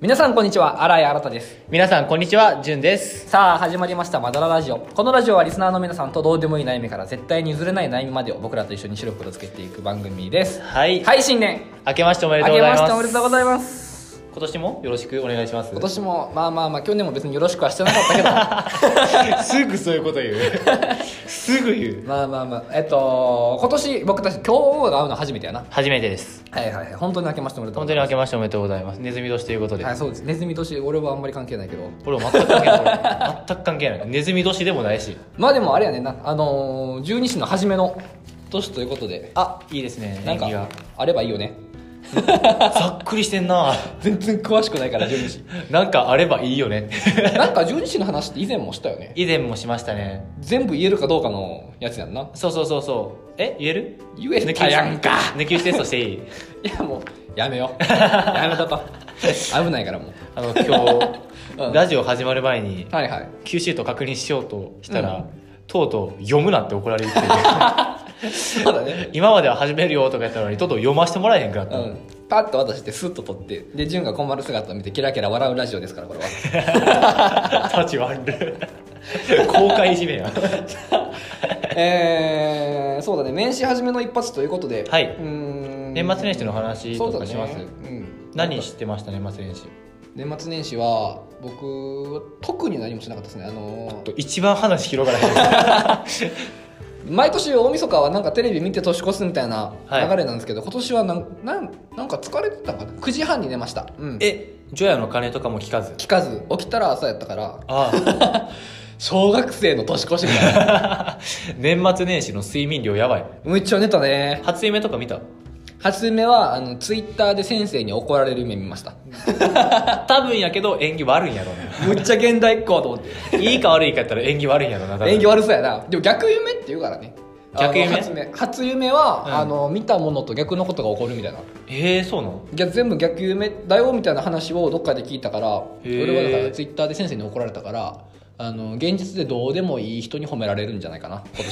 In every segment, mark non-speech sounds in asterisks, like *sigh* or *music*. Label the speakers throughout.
Speaker 1: 皆さんこんにちは新井新です
Speaker 2: 皆さんこんにちは、じゅんです。
Speaker 1: さあ始まりました「まだらラジオ」このラジオはリスナーの皆さんとどうでもいい悩みから絶対に譲れない悩みまでを僕らと一緒に白黒つけていく番組です
Speaker 2: はい、
Speaker 1: はい新年
Speaker 2: 明けましておめで
Speaker 1: 明
Speaker 2: とうご
Speaker 1: け
Speaker 2: ざ
Speaker 1: ま
Speaker 2: いま
Speaker 1: し
Speaker 2: す。
Speaker 1: ておめでとうございます
Speaker 2: 今年もよろしくお願いします。
Speaker 1: 今年もまあまあまあ去年も別によろしくはしてなか
Speaker 2: *laughs*
Speaker 1: ったけど
Speaker 2: すぐそういうこと言う。すぐ言う。
Speaker 1: まあまあまあえっと今年僕たち今日が会うの初めてやな
Speaker 2: 初めてです。
Speaker 1: はいはいはい本当に明けましておめでとうご
Speaker 2: 本当
Speaker 1: ざいま
Speaker 2: に明
Speaker 1: す
Speaker 2: けましておめでとうございます。ネズミ年ということで。
Speaker 1: はいそうですネズミ年俺はあんまり関係ないけど
Speaker 2: これ全く関係ない。全く関係ない。ネズミ年でもないし。
Speaker 1: まあでもあれやねんなあのー、十二支の初めの年ということで
Speaker 2: あ、いいですね。
Speaker 1: なんか
Speaker 2: 縁起
Speaker 1: あればいいよね
Speaker 2: がざっくりしてん
Speaker 1: *laughs*
Speaker 2: な。
Speaker 1: 全然詳しくないから十二
Speaker 2: *laughs*
Speaker 1: 支
Speaker 2: なんかあればいいよね。
Speaker 1: なんか十二支の話って以前もしたよね
Speaker 2: 以前もしましたね。
Speaker 1: 全部言えるかどうかのやつやんな
Speaker 2: そうそうそうそう。え、言える？
Speaker 1: 言えたやんか
Speaker 2: 抜き打ちテストしていい？
Speaker 1: いやもうやめ
Speaker 2: *laughs*
Speaker 1: ようやめたと危ないからもう
Speaker 2: あの今
Speaker 1: *laughs* う
Speaker 2: 日
Speaker 1: ん
Speaker 2: ラジオ始まる前に
Speaker 1: はいはい
Speaker 2: Q シート確認しようとしたら、
Speaker 1: う
Speaker 2: とうとう読むなって怒ら *laughs* れるっていう
Speaker 1: そうだね
Speaker 2: 今までは始めるよとか言ったのにとうとう読ませてもらえへんくなっ
Speaker 1: う
Speaker 2: た、
Speaker 1: んパッと渡してスッと取ってで潤が困る姿を見てキラキラ笑うラジオですから
Speaker 2: *laughs*
Speaker 1: これは
Speaker 2: 立ち悪る公開いじめや
Speaker 1: えー、そうだね年始初めの一発ということでは
Speaker 2: い
Speaker 1: ー
Speaker 2: う
Speaker 1: ん
Speaker 2: 年末年始の話
Speaker 1: そ
Speaker 2: と
Speaker 1: うだ
Speaker 2: かします、
Speaker 1: ねうん、
Speaker 2: 何してました年末年始
Speaker 1: 年末年始は僕は特に何もしなかったですねあの
Speaker 2: と一番話広がら
Speaker 1: 毎年大晦日はなんかテレビ見て年越すみたいな
Speaker 2: はい
Speaker 1: 流れなんですけど、今年はなんなんなんか疲れてたのかな9時半に寝ました、うん、
Speaker 2: へん *laughs* え除夜の鐘とかも聞かず
Speaker 1: 聞かず起きたら朝やったから
Speaker 2: ああ
Speaker 1: 小学生の年越しみ *laughs* たいな
Speaker 2: *laughs* 年末年始の睡眠量やばい
Speaker 1: めっちゃ寝たね
Speaker 2: 初夢とか見た
Speaker 1: 初夢はあのツイッターで先生に怒られる夢見ました
Speaker 2: 多分やけど縁起悪いんやろう
Speaker 1: むっちゃ現代っ子と思って
Speaker 2: ないいか悪いかやったら縁起悪いんやろうな多分
Speaker 1: 演技悪そうやなでも逆夢って言うからね
Speaker 2: 逆夢
Speaker 1: あの初夢初夢は、
Speaker 2: うん
Speaker 1: あの見たものと逆のことが起こるみたいな
Speaker 2: えー、そうなの
Speaker 1: いや全部逆夢だよみたいな話をどっかで聞いたから
Speaker 2: へー
Speaker 1: 俺はだからツイッターで先生に怒られたからあの現実でどうでもいい人に褒められるんじゃないか *laughs* な今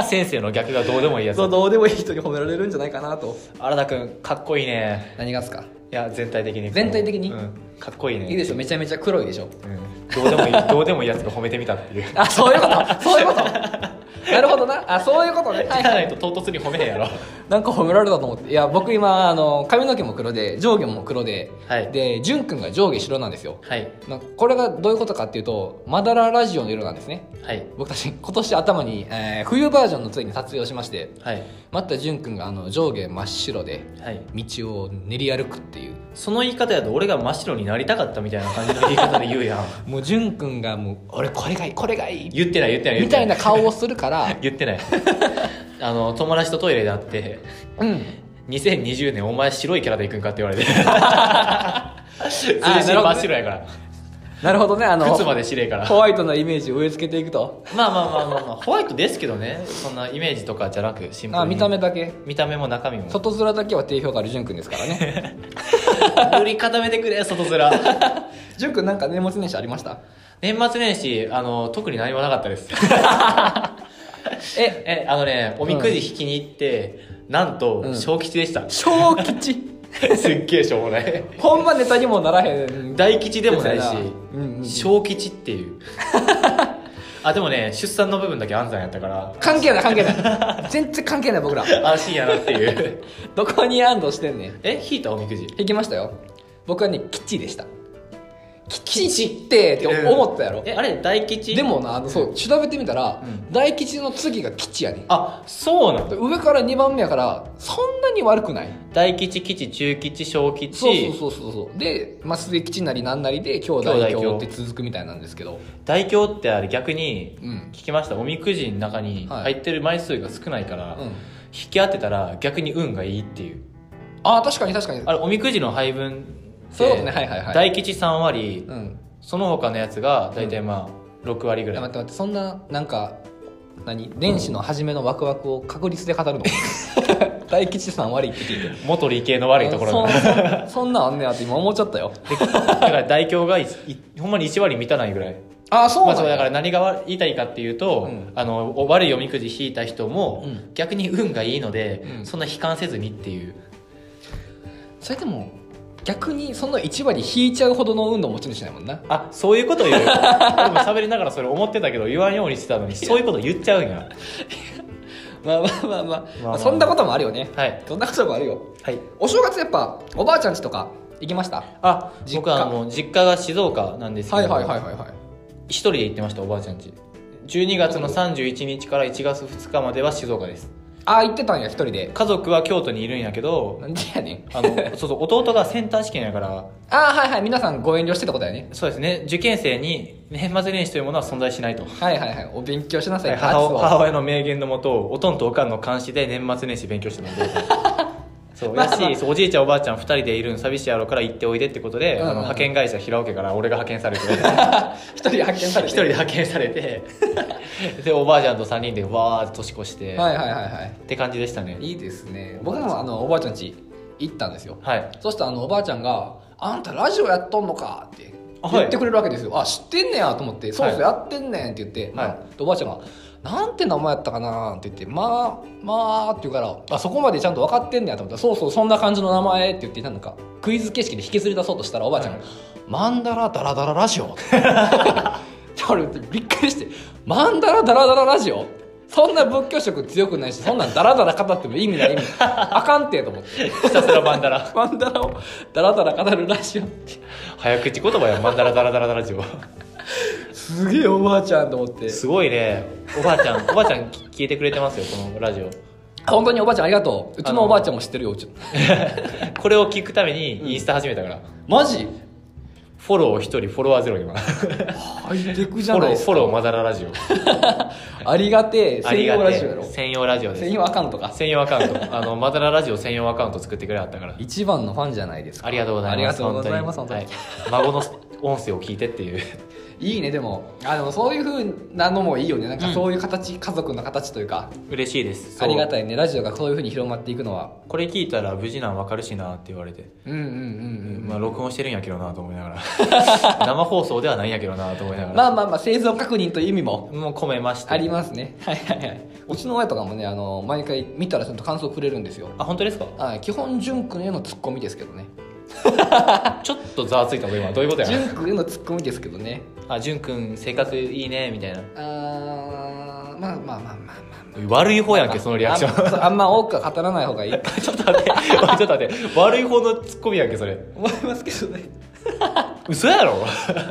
Speaker 1: 年
Speaker 2: *laughs* 先生の逆がどうでもいいやつ
Speaker 1: どうでもいい人に褒められるんじゃないかなと
Speaker 2: 荒田君かっこいいね
Speaker 1: 何がっすか
Speaker 2: いや全体的にこう
Speaker 1: 全体的に
Speaker 2: うん、かっこいいね
Speaker 1: いいでしょめちゃめちゃ黒いでしょ
Speaker 2: うん、どうでもいいどうでもいいやつが褒めてみたっていう
Speaker 1: *laughs* あそういうことそういうこと *laughs* なるほどなあそういうことね
Speaker 2: じゃないと唐突に褒めへんやろ
Speaker 1: なんか褒められたと思っていや僕今あの髪の毛も黒で上下も黒で、
Speaker 2: はい
Speaker 1: で潤くんが上下白なんですよ
Speaker 2: はい
Speaker 1: なんかこれがどういうことかっていうとまだらラジオの色なんですね
Speaker 2: はい
Speaker 1: 僕たち今年頭に、えー冬バージョンのついに撮影をしまして
Speaker 2: はい
Speaker 1: また潤くんがあの上下真っ白で
Speaker 2: はい
Speaker 1: 道を練り歩くっていう
Speaker 2: その言い方やと俺が真っ白になりたかったみたいな感じの言い方で言うやん *laughs*
Speaker 1: もう潤くんがもう「俺これがいいこれがいい」
Speaker 2: 言ってない言ってない
Speaker 1: み
Speaker 2: 言って
Speaker 1: たいな顔をするから
Speaker 2: 言ってない *laughs* あの友達とトイレで会って
Speaker 1: *laughs* うん
Speaker 2: 2020年お前白いキャラで行くんかって言わ
Speaker 1: *laughs*
Speaker 2: れて全身
Speaker 1: なるほどね
Speaker 2: 真っ白やから、
Speaker 1: なるほどねあの
Speaker 2: 靴まで白いから
Speaker 1: ホワイトなイメージを植え付けていくと
Speaker 2: まあまあまあまあ、まあ、ホワイトですけどねそんなイメージとかじゃなくシンプルに
Speaker 1: あ見た目だけ
Speaker 2: 見た目も中身も
Speaker 1: 外面だけは低評価ある潤くんですから *laughs* ね
Speaker 2: 塗り固めてくれ *laughs* 外面
Speaker 1: 潤くんなんか年末年始ありました
Speaker 2: 年末年始あの特に何もなかったです *laughs*
Speaker 1: え
Speaker 2: えあのねおみくじ引きに行って、なんと、
Speaker 1: うん
Speaker 2: 小吉でした *laughs*
Speaker 1: 小吉
Speaker 2: すっげえしょうもない
Speaker 1: ほんまネタにもならへん
Speaker 2: 大吉でもないし
Speaker 1: やつやなうんうん
Speaker 2: 小吉っていう *laughs* あでもね出産の部分だけ安産やったから
Speaker 1: 関係ない関係 *laughs* ない全然関係ない僕ら
Speaker 2: 安心やなっていう
Speaker 1: *laughs* どこに安堵してんねん
Speaker 2: え引いたおみくじ
Speaker 1: 行きましたよ僕はね吉でした吉ってって思ったやろ
Speaker 2: えあれ大吉
Speaker 1: でもなあのそう調べてみたら、
Speaker 2: うん
Speaker 1: 大吉の次が吉やねん
Speaker 2: あそうなんだ
Speaker 1: 上から2番目やからそんなに悪くない
Speaker 2: 大吉吉中吉小吉
Speaker 1: そうそうそうそうそうで、まあ、末吉なりなんなりで兄弟
Speaker 2: 兄弟
Speaker 1: 教
Speaker 2: 教
Speaker 1: って続くみたいなんですけど
Speaker 2: 大凶ってあれ逆に
Speaker 1: うん
Speaker 2: 聞きましたおみくじの中に
Speaker 1: はい
Speaker 2: 入ってる枚数が少ないから、
Speaker 1: うん
Speaker 2: 引き当てたら逆に運がいいっていう
Speaker 1: ああ確かに確かに
Speaker 2: あれおみくじの配分って
Speaker 1: そういうことねはいはいはい
Speaker 2: 大吉3割、
Speaker 1: うん
Speaker 2: その他のやつが大体まあ6割ぐ
Speaker 1: いや
Speaker 2: らい、
Speaker 1: 待って待ってそんななんか何年始の初めのワクワクを確率で語
Speaker 2: *laughs*
Speaker 1: るの大吉さん悪いって聞いて
Speaker 2: 元理系の悪いところが
Speaker 1: そんそんなんあんねやって今思っちゃったよ
Speaker 2: でだから大凶がいいほんまに1割満たないぐらい
Speaker 1: ああそ
Speaker 2: まあ、
Speaker 1: な
Speaker 2: そ
Speaker 1: ん
Speaker 2: うだ
Speaker 1: や
Speaker 2: から何が言いたいかっていう
Speaker 1: う
Speaker 2: と、
Speaker 1: ん
Speaker 2: あのお悪いおみくじ引いた人も、
Speaker 1: うん
Speaker 2: 逆に運がいいので、
Speaker 1: うん
Speaker 2: そんな悲観せずにっていう
Speaker 1: それでも逆にその1割引いちゃうほどの運動持ち主だもんな
Speaker 2: あそういうこと言う俺も喋りながらそれ思ってたけど言わんようにしてたのにそういうこと言っちゃうんや
Speaker 1: まあまあまあまあ、
Speaker 2: まあまあ
Speaker 1: そんなこともあるよね
Speaker 2: はい
Speaker 1: そんなこともあるよ
Speaker 2: はい
Speaker 1: お正月やっぱおばあちゃん家とか行きました
Speaker 2: あ
Speaker 1: 実家
Speaker 2: 僕はあの実家が静岡なんですけ
Speaker 1: は
Speaker 2: ど
Speaker 1: いはいはいはいはい
Speaker 2: 一人で行ってましたおばあちゃん家12月の31日から1月2日までは静岡です
Speaker 1: ああ行ってたんや一人で
Speaker 2: 家族は京都にいるんやけど
Speaker 1: なんでやねん *laughs*
Speaker 2: あのそうそう弟がセンター試験やから
Speaker 1: ああはいはい皆さんご遠慮してたことだよね
Speaker 2: そうですね受験生に年末年始というものは存在しないと
Speaker 1: はいはいはいお勉強しなさい
Speaker 2: 母
Speaker 1: 圧を
Speaker 2: お母親の名言のもとおとんとおかんの監視で年末年始勉強して
Speaker 1: *laughs*
Speaker 2: たんでそう
Speaker 1: まあ
Speaker 2: や
Speaker 1: まあ
Speaker 2: しそうおじいちゃんおばあちゃん2人でいるん寂しいやろから行っておいでってことで、
Speaker 1: うんうん
Speaker 2: あの派遣会社平尾家から俺が派遣されて
Speaker 1: *laughs* 一人発見されて
Speaker 2: 一人で派遣さ
Speaker 1: *laughs*
Speaker 2: れてでおばあちゃんと3人でわーっと年越して、
Speaker 1: はいはいはいは
Speaker 2: って感じでしたね
Speaker 1: いいいですね僕もあのおばあちゃん家行ったんですよ
Speaker 2: はい
Speaker 1: そしたらあのおばあちゃんが「あんたラジオやっとんのか」って
Speaker 2: あはい
Speaker 1: 言ってくれるわけですよ、あ知ってんねやと思って「そうそう
Speaker 2: は
Speaker 1: やってんねん」って言って、
Speaker 2: はい
Speaker 1: でおばあちゃんが「なんて名前やったかな」って言って「まあまあ」って言うからあそこまでちゃんと分かってんねやと思ったら「そうそうそんな感じの名前」って言ってなんかクイズ形式で引きずり出そうとしたらおばあちゃんが
Speaker 2: は
Speaker 1: 「マンダラダラダララジオ」って俺びっくりして「マンダラダラダララジオ」そんな仏教色強くないしそんなんダラダラ語っても意味ない意味ないあかんってと思って
Speaker 2: ひたすらマンダラ
Speaker 1: マンダラをダラダラ語るラジオ
Speaker 2: 早口言葉やマンダラダラダラダラジオ
Speaker 1: すげえおばあちゃんと思って
Speaker 2: すごいねおばあちゃんおばあちゃん聞聞いてくれてますよこのラジオ
Speaker 1: 本当におばあちゃんありがとううちのおばあちゃんも知ってるようちの
Speaker 2: これを聞くためにインスタ始めたから、
Speaker 1: マジ
Speaker 2: フォロー1人フォロワーゼロ今
Speaker 1: ハイテクじ
Speaker 2: フォロー、フォローマダララジオ。
Speaker 1: ありがてえ
Speaker 2: あり
Speaker 1: 専
Speaker 2: が
Speaker 1: 用
Speaker 2: て
Speaker 1: ラジオやろ
Speaker 2: え専用ラジオで
Speaker 1: 専
Speaker 2: す。
Speaker 1: 用アカウントか
Speaker 2: 専用アカウント。あの、マダララジオ専用アカウント作ってくれはったから。
Speaker 1: 一番のファンじゃないですか
Speaker 2: ありがとうございます。
Speaker 1: ありがとうございます
Speaker 2: 本
Speaker 1: 本当
Speaker 2: 当に
Speaker 1: に、
Speaker 2: はい孫の音声を聞いてっていう。 *laughs*
Speaker 1: いいねでもあでもそういうふうなのもいいよねなん
Speaker 2: う
Speaker 1: か
Speaker 2: ん
Speaker 1: そういう形、家族の形というか
Speaker 2: 嬉しいです。
Speaker 1: ありが
Speaker 2: い。
Speaker 1: たいねラジオがそういうふうに広まっていくのは
Speaker 2: これ聞いたら無事なんわかるしなって言われて。
Speaker 1: うんうんうんうん
Speaker 2: まあ、録音してるんやけどなと思いなが
Speaker 1: *laughs*
Speaker 2: ら。生放送ではないんやけどなと思いながら。
Speaker 1: まあまあまあ生存確認という意味も
Speaker 2: もう込めまして。
Speaker 1: ありますねはいはいはいうちの親とかもねあの毎回見たらちょっと感想くれるんですよ
Speaker 2: あ、本当ですか
Speaker 1: はい基本ジュン君へのツッコミですけどね
Speaker 2: ちょっとざわついた俺今。どういうこと
Speaker 1: ジ
Speaker 2: や
Speaker 1: ュン君へのツッコミですけどね
Speaker 2: あ、じゅんくん性格いいね、みたいな。
Speaker 1: あーまあまあまあまあまあま
Speaker 2: 悪い方や
Speaker 1: あ
Speaker 2: んけ、そのリアクション。
Speaker 1: あんそうあんま多くは語らない方がいいと
Speaker 2: ちょっと待って、ちょっと待って、悪い方のツッコミやんけ、それ。
Speaker 1: 思いますけどね
Speaker 2: 嘘やろ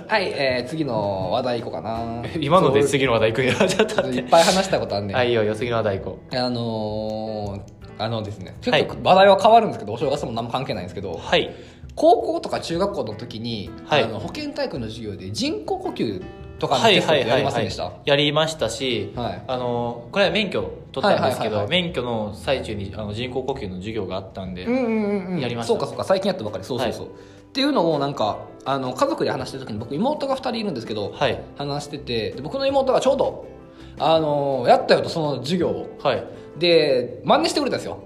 Speaker 1: はい、えー次の話題いこうかな
Speaker 2: 今ので
Speaker 1: そう
Speaker 2: 次の話題行くんや。ちょっと
Speaker 1: ちょっと
Speaker 2: 待
Speaker 1: い
Speaker 2: っ
Speaker 1: っぱい話したことあんね
Speaker 2: て。
Speaker 1: ん、
Speaker 2: はい、いいよ、よ、次の話題行こ
Speaker 1: あのーあのですね
Speaker 2: は
Speaker 1: 結
Speaker 2: い
Speaker 1: 構話題は変わるんですけど、お正月も何も関係ないんですけど
Speaker 2: う。はい。
Speaker 1: 高校とか中学校の時に、
Speaker 2: はい
Speaker 1: あの保健体育の授業で人工呼吸とかのテストってやりませんでした、
Speaker 2: やりましたし、
Speaker 1: はい
Speaker 2: あの、これは免許取ったんです
Speaker 1: はいは
Speaker 2: け
Speaker 1: いはいは
Speaker 2: ど、
Speaker 1: い
Speaker 2: 免許の最中にあの人工呼吸の授業があったんで、
Speaker 1: うんうんうんうん
Speaker 2: やりました
Speaker 1: そうかそうか最近やったばかりそうそうそう、っていうのをなんかあの家族で話してる時に僕妹が2人いるんですけど、
Speaker 2: はい。
Speaker 1: 話しててで僕の妹がちょうどあのやったよとその授業を
Speaker 2: はい。
Speaker 1: で真似してくれたんですよ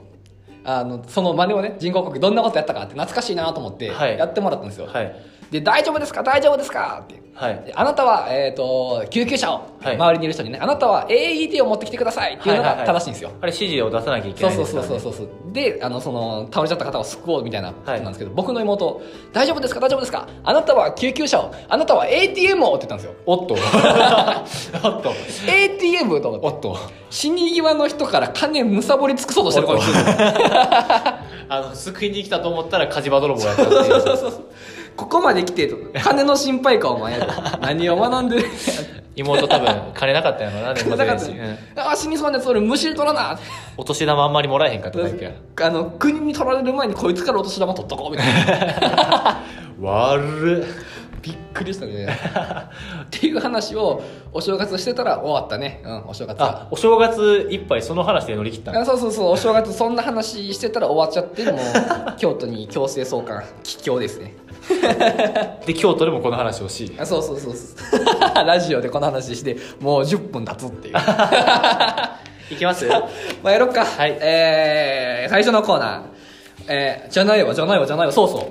Speaker 1: あのその真似をね人工呼吸どんなことやったかって懐かしいなと思って
Speaker 2: はい
Speaker 1: やってもらったんですよ、
Speaker 2: はい。
Speaker 1: で「大丈夫ですか大丈夫ですか?」って
Speaker 2: はい。
Speaker 1: であなたは、えー、と救急車を、
Speaker 2: はい
Speaker 1: 周りにいる人にねあなたは AED を持ってきてくださいっていうの
Speaker 2: はいは
Speaker 1: が
Speaker 2: いは
Speaker 1: 正
Speaker 2: い
Speaker 1: しいんですよ、
Speaker 2: あれ指示を出さなきゃいけないん
Speaker 1: そ
Speaker 2: で
Speaker 1: う
Speaker 2: す
Speaker 1: そ
Speaker 2: か
Speaker 1: う
Speaker 2: ら、ね。
Speaker 1: そうそうそうであのその倒れちゃった方を救おうみたいなこと
Speaker 2: はい
Speaker 1: なんですけど、僕の妹「大丈夫ですか大丈夫ですかあなたは救急車をあなたは ATM を」って言ったんですよ
Speaker 2: おっ
Speaker 1: *laughs*
Speaker 2: と。おっと。
Speaker 1: ATM と思って
Speaker 2: おっと。
Speaker 1: 死に際の人から金むさぼり尽くそうとしてるこいつ
Speaker 2: あの、救いに来たと思ったら火事場泥棒やったっていう。
Speaker 1: ここまで来てと金の心配かお
Speaker 2: *laughs*
Speaker 1: 前何を学んでる
Speaker 2: 妹多分金なかったんやろな年末
Speaker 1: なかっ
Speaker 2: 年
Speaker 1: た
Speaker 2: 始、うん
Speaker 1: ねあ死にそうなやつ俺むしり取らな
Speaker 2: お年玉あんまりもらえへんかっただけや
Speaker 1: あの国に取られる前にこいつからお年玉取っとこうみた
Speaker 2: *laughs*
Speaker 1: いな
Speaker 2: 悪っ
Speaker 1: びっくりしたねっていう話をお正月してたら終わったねうんお正月は
Speaker 2: あお正月一杯その話で乗り切ったん
Speaker 1: あそうそうそうお正月そんな話してたら終わっちゃっても *laughs* う京都に強制送還帰郷ですね
Speaker 2: で京都でもこの話をし
Speaker 1: あそうそうそう *laughs* そうラジオでこの話してもう10分経つっていう
Speaker 2: いきます *laughs*
Speaker 1: *laughs* まあやろっかはいえー、最初のコーナー、えー、じゃないわじゃないわじゃないわそうそう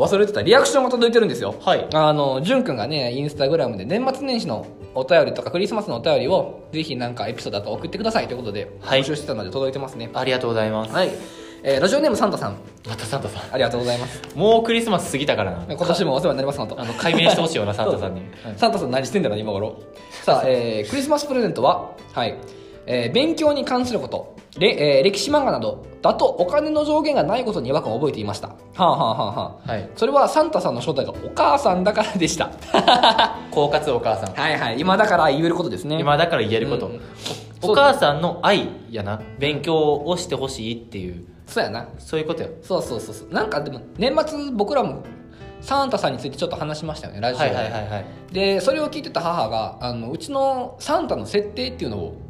Speaker 1: 忘れてたリアクションが届いてるんですよ
Speaker 2: はい
Speaker 1: あのじゅんくんがねインスタグラムで年末年始のお便りとかクリスマスのお便りをぜひなんかエピソードだと送ってくださいということで
Speaker 2: はい
Speaker 1: 募集してたので届いてますね
Speaker 2: ありがとうございます
Speaker 1: はい、えーラジオネームサンタさん
Speaker 2: またサンタさん
Speaker 1: ありがとうございます
Speaker 2: もうクリスマス過ぎたからな
Speaker 1: 今年もお世話になりますのと
Speaker 2: あの解明してほしいよなサンタさんに
Speaker 1: はいサンタさん何してんだろうね今頃さあ、えークリスマスプレゼントは、はいえー勉強に関することれ、えー歴史漫画などだとお金の上限がないことに違和感を覚えていましたはあはあはあはあ
Speaker 2: はい
Speaker 1: それはサンタさんの正体がお母さんだからでした
Speaker 2: *laughs* 狡猾お母さん
Speaker 1: はいはい今だから言えることですね
Speaker 2: 今だから言えること、
Speaker 1: うん
Speaker 2: おお母さんの愛やな勉強をしてほしいっていう
Speaker 1: そうやな
Speaker 2: そういうことや
Speaker 1: そうそうそうそうなんかでも年末僕らもサンタさんについてちょっと話しましたよねラジオ
Speaker 2: は
Speaker 1: で、
Speaker 2: いはいはいはい
Speaker 1: でそれを聞いてた母があのうちのサンタの設定っていうのを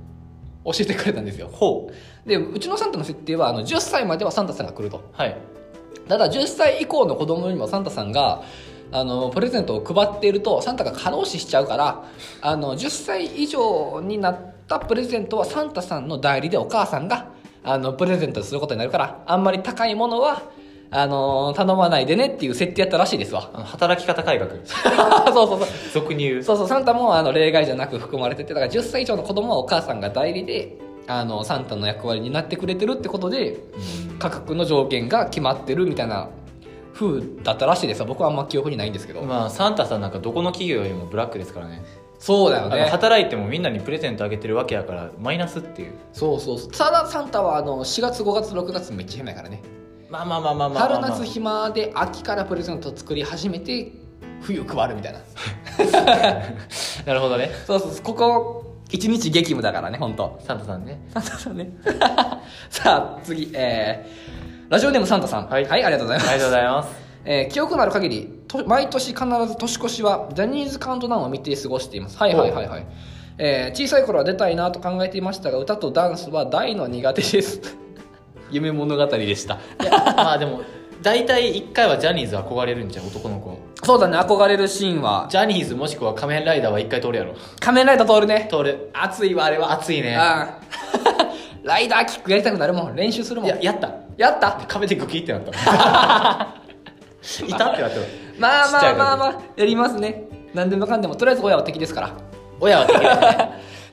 Speaker 1: 教えてくれたんですよ
Speaker 2: ほう
Speaker 1: でうちのサンタの設定はあの10歳まではサンタさんが来ると
Speaker 2: はい
Speaker 1: ただ10歳以降の子供にもサンタさんがあのプレゼントを配っているとサンタが過労死しちゃうからあの10歳以上になったプレゼントはサンタさんの代理でお母さんがあのプレゼントすることになるからあんまり高いものはあの頼まないでねっていう設定やったらしいですわ *laughs*
Speaker 2: あの働き方 *laughs* 改革
Speaker 1: そうそうそう
Speaker 2: 俗に言う
Speaker 1: そうそうサンタもあの例外じゃなく含まれててだから10歳以上の子供はお母さんが代理であのサンタの役割になってくれてるってことで価格の条件が決まってるみたいな風だったらしいですよ僕はあんま記憶にないんですけど、
Speaker 2: まあサンタさんなんかどこの企業よりもブラックですからね
Speaker 1: そうだよ
Speaker 2: あの
Speaker 1: ね
Speaker 2: 働いてもみんなにプレゼントあげてるわけやからマイナスっていう
Speaker 1: そうそうそうただサンタはあの4月5月6月めっちゃ暇やからね
Speaker 2: まあまあまあまあまあま
Speaker 1: 春
Speaker 2: あ、まあ、
Speaker 1: 夏暇で秋からプレゼント作り始めて冬配るみた
Speaker 2: *laughs*
Speaker 1: いな
Speaker 2: なるほどね
Speaker 1: そうそうそうここ一日激務だからね本当
Speaker 2: サンタさんね
Speaker 1: サンタさんね *laughs* さあ次えーラジオネームサンタさん
Speaker 2: はい
Speaker 1: ありがとうござい
Speaker 2: あ
Speaker 1: ます
Speaker 2: りがとうございます
Speaker 1: えー記憶のある限りと毎年必ず年越しはジャニーズカウントダウンを見て過ごしていますはいはいはいはい、えー小さい頃は出たいなと考えていましたが歌とダンスは大の苦手です *laughs* 夢物語でした
Speaker 2: いやまあでも大体1回はジャニーズ憧れるんじゃん男の子
Speaker 1: そうだね憧れるシーンは
Speaker 2: ジャニーズもしくは仮面ライダーは1回通るやろ
Speaker 1: 仮面ライダー通るね
Speaker 2: 通る
Speaker 1: 熱いわあれは
Speaker 2: 熱いね
Speaker 1: あライダーキッ *laughs* クやりたくなるもん練習するも
Speaker 2: い
Speaker 1: ん
Speaker 2: ややった
Speaker 1: やった
Speaker 2: 壁でグキってなったいたってなった
Speaker 1: まあ
Speaker 2: ちっち
Speaker 1: ま
Speaker 2: ゃ
Speaker 1: あ
Speaker 2: い頃
Speaker 1: まあまあやりますね何でもかんでもとりあえず親は敵ですから
Speaker 2: 親はできる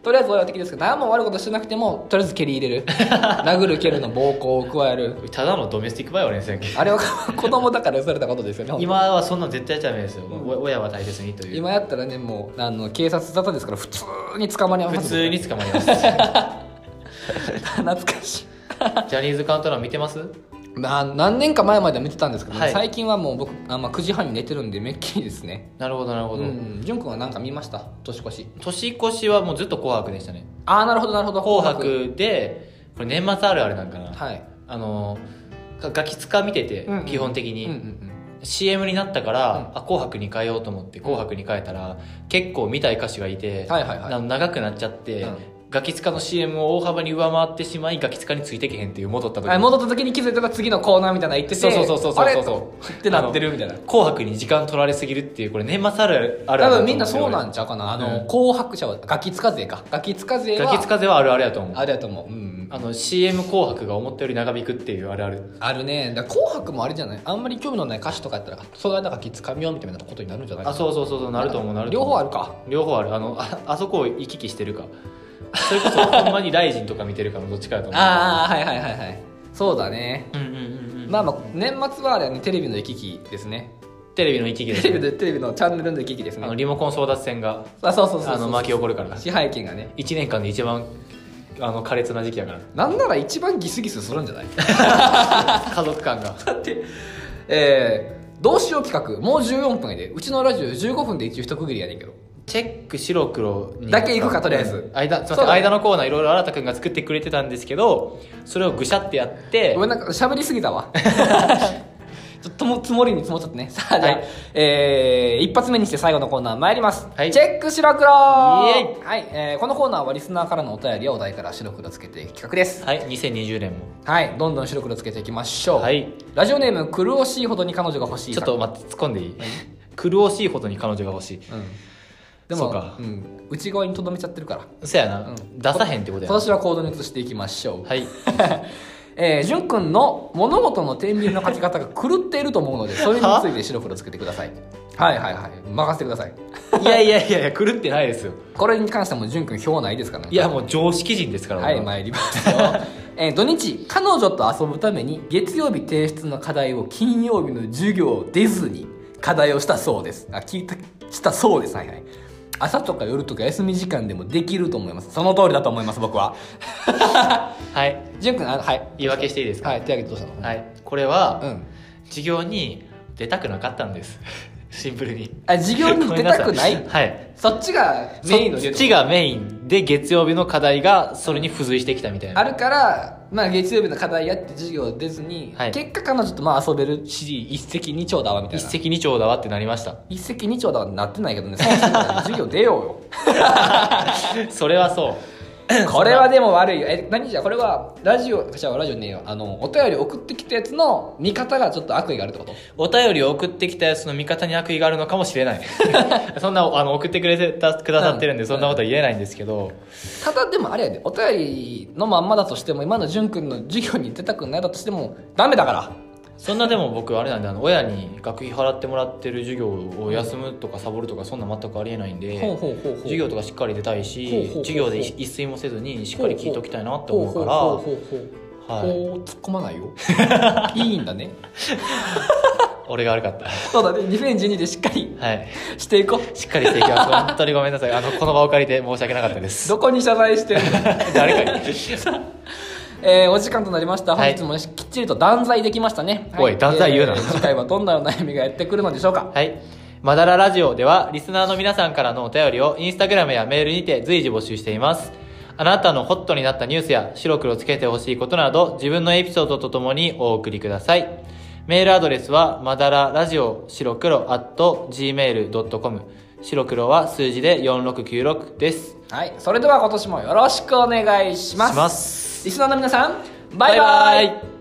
Speaker 1: とりあえず俺は敵ですけど何も悪いことしてなくてもとりあえず蹴り入
Speaker 2: *laughs*
Speaker 1: れる殴る蹴るの暴行を加える
Speaker 2: ただのドメスティックバイオレンスやんけ
Speaker 1: あれは *laughs* 子供だからされたことですよね本当に
Speaker 2: 今はそんなん絶対やっちゃダメですよ、お親は大切にという
Speaker 1: 今やったらねもうあの警察沙汰ですから普通に捕まりま
Speaker 2: 普
Speaker 1: す
Speaker 2: 通に捕まりますジ
Speaker 1: *laughs* 懐かしい
Speaker 2: ャニーズカウントダウン見てます
Speaker 1: な何年か前までは見てたんですけど、
Speaker 2: はい
Speaker 1: 最近はもう僕あ、まあ、9時半に寝てるんでめっきりですね
Speaker 2: なるほどなるほ
Speaker 1: う
Speaker 2: ど、
Speaker 1: ん潤君は何か見ました年越し
Speaker 2: 年越しはもうずっと「紅白」でしたね
Speaker 1: ああなるほどなるほ
Speaker 2: 「
Speaker 1: ど
Speaker 2: 紅白」でこれ年末あるあるなんかな、
Speaker 1: はい、
Speaker 2: あのがガキツカ見てて、
Speaker 1: うんうん
Speaker 2: 基本的に、
Speaker 1: うんうんうん、
Speaker 2: CM になったか
Speaker 1: う
Speaker 2: ら「あ紅白」に変えようと思って「紅白」に変えたら結構見たい歌手がいて、
Speaker 1: はいはいはい
Speaker 2: あの長くなっちゃって、
Speaker 1: うん
Speaker 2: ガキツカの CM を大幅に上回ってしまいガキツカについてけへんっていう戻った時
Speaker 1: あ戻った時に気づいたら次のコーナーみたいなの行ってて
Speaker 2: そうそうそうそうそうそう
Speaker 1: あれってなってるみたいな
Speaker 2: 紅白に時間取られすぎるっていうこれ年末あるある
Speaker 1: 多
Speaker 2: あるだと思
Speaker 1: 分みんなそうなんんちゃうかなあの、
Speaker 2: うん
Speaker 1: 紅白ちゃうガキつか勢かガキつか勢
Speaker 2: ガ
Speaker 1: は
Speaker 2: キツカ勢はあるあるやと思う
Speaker 1: あれやと思う、うん、
Speaker 2: あの CM 紅白が思ったより長引くっていうあるある
Speaker 1: あるねだから紅白もあれじゃないあんまり興味のない歌手とかやったらそれはなんかガキつかみようみたいなことになるんじゃない
Speaker 2: あそうそうそうそうなると思うなると
Speaker 1: 両
Speaker 2: 思う
Speaker 1: 方あるか
Speaker 2: 両方あるあのああそこを行き来してるかそれこそほんまにライジンとか見てるかのどっちかやと思う
Speaker 1: ああはいはいはいはいそうだね、
Speaker 2: うんうんうんうん
Speaker 1: まあまあ年末はあれはねテレビの行き来ですね
Speaker 2: テレビの行き来で
Speaker 1: テ
Speaker 2: す
Speaker 1: レ
Speaker 2: ね
Speaker 1: ビでテレビのチャンネルの行き来です
Speaker 2: あの
Speaker 1: ね
Speaker 2: リモコン争奪戦が
Speaker 1: あそうそうそうそう
Speaker 2: あの巻き起こるから
Speaker 1: 支配権がね
Speaker 2: 1年間で一番あの苛烈な時期やから
Speaker 1: なんなら一番ギスギスするんじゃない
Speaker 2: 家族感が
Speaker 1: だって、えー、どうしよう企画もう14分やでうちのラジオ15分で一応一区切りやねんけど
Speaker 2: チェック白黒に
Speaker 1: だけ行くかとりあえず
Speaker 2: うん間す
Speaker 1: そう
Speaker 2: いませ
Speaker 1: だ
Speaker 2: ん
Speaker 1: ね
Speaker 2: 間のコーナーいろいろ新田君が作ってくれてたんですけどそれをぐしゃってやって
Speaker 1: ごめんなんか喋りすぎた
Speaker 2: *laughs*
Speaker 1: わちょっとも積もりに積もっちゃってねさあじゃあ、
Speaker 2: はい
Speaker 1: えー一発目にして最後のコーナー参ります、
Speaker 2: はい
Speaker 1: チェック白黒
Speaker 2: イエ
Speaker 1: はい、えーこのコーナーはリスナーからのお便りやお題から白黒つけていく企画です
Speaker 2: はい2020年も
Speaker 1: はいどんどん白黒つけていきましょう、
Speaker 2: はい
Speaker 1: ラジオネーム苦しいほどに彼女が欲しい
Speaker 2: ちょ
Speaker 1: さん
Speaker 2: っと待って突っ込んでいい苦しいほどに彼女が欲しい
Speaker 1: うんで
Speaker 2: そ
Speaker 1: も
Speaker 2: うか
Speaker 1: ん、内側にとどめちゃってるから
Speaker 2: そやな、
Speaker 1: うん
Speaker 2: 出さへんってことや
Speaker 1: 今年は行動に移していきましょう
Speaker 2: はい
Speaker 1: *laughs* えー、じゅんくんの物事の天秤のかけ方が狂っていると思うのでそれについて白黒つけてくださいはいはいはい任せてください
Speaker 2: いやいやいやいや狂ってないですよ
Speaker 1: これに関してはもうじゅんくん票ないですからね
Speaker 2: いやもう常識人ですから
Speaker 1: はい
Speaker 2: 俺は
Speaker 1: 参りますよ *laughs* ええー土日彼女と遊ぶために月曜日提出の課題を金曜日の授業を出ずに課題をしたそうですあ聞いたしたそうですはいはい朝とか夜とか休み時間でもできると思いますその通りだと思います僕は *laughs*
Speaker 2: はい
Speaker 1: 潤くんあはい
Speaker 2: 言い訳していいですか
Speaker 1: はい手挙げてどうしたの
Speaker 2: はい、これは、
Speaker 1: うん
Speaker 2: 授業に出たくなかったんです *laughs* シンプルに
Speaker 1: あ授業に出たくな
Speaker 2: ごめん
Speaker 1: い
Speaker 2: さはい
Speaker 1: そっちがメインの理
Speaker 2: そ
Speaker 1: 由
Speaker 2: っちがメインで月曜日の課題がそれに付随してきたみたいな
Speaker 1: あるから、まあ、月曜日の課題やって授業出ずに、
Speaker 2: はい
Speaker 1: 結果彼女とまあ遊べるし一石二鳥だわみたい
Speaker 2: 一
Speaker 1: な
Speaker 2: 石二鳥だわってなりました
Speaker 1: 一石二鳥だはなってないけどねそもそも授業出 *laughs* よ
Speaker 2: それはそう
Speaker 1: うよこれはでも悪いよえ何じゃこれはラジオじゃあラジオねえよあのお便り送ってきたやつの見方がちょっと悪意があるってこと
Speaker 2: お便りを送ってきたやつの味方に悪意があるのかもしれない
Speaker 1: *laughs*
Speaker 2: そんなあの送ってくれてたくださってるんで、
Speaker 1: うん
Speaker 2: そんなことは言えないんですけど、
Speaker 1: ただでもあれやでお便りのまんまだとしても今の淳君の授業に出たくないだとしてもダメだから
Speaker 2: そんなでも僕あれなんであの親に学費払ってもらってる授業を休むとかサボるとかそんな全くありえないんで、
Speaker 1: ほうほうほうほう
Speaker 2: 授業とかしっかり出た
Speaker 1: ほう
Speaker 2: い
Speaker 1: ほう
Speaker 2: し
Speaker 1: ほうほう
Speaker 2: 授業で一睡もせずにしっかり聞いときたいなって
Speaker 1: ほ
Speaker 2: 思
Speaker 1: うほう
Speaker 2: うから
Speaker 1: ほうほうほう
Speaker 2: はい
Speaker 1: こう突っ込まないよ *laughs* いいんだね
Speaker 2: 俺が悪かった
Speaker 1: そうだね2012でしっかり
Speaker 2: はい
Speaker 1: していこう
Speaker 2: しっかりしていきます本当にごめんなさいあのこの場を借りて申し訳なかっ
Speaker 1: *laughs*
Speaker 2: たです
Speaker 1: どこに謝罪してるの
Speaker 2: 誰かに
Speaker 1: *laughs* えーお時間となりました本
Speaker 2: はい
Speaker 1: 日もきっちりと断罪できましたね、
Speaker 2: おい断罪言うな
Speaker 1: 次回はどんなお悩みがやってくるのでしょうか
Speaker 2: はい。まだらラジオでは、リスナーの皆さんからのお便りを、インスタグラムやメールにて随時募集しています。あなたのホットになったニュースや、白黒つけてほしいことなど、自分のエピソードとともにお送りください。メールアドレスは、まだらラジオ白黒 at gmail.com。白黒は数字で4696です。
Speaker 1: はいそれでは今年もよろしくお願いします
Speaker 2: します
Speaker 1: リスナーの皆さん
Speaker 2: バイバイ
Speaker 1: バイバイ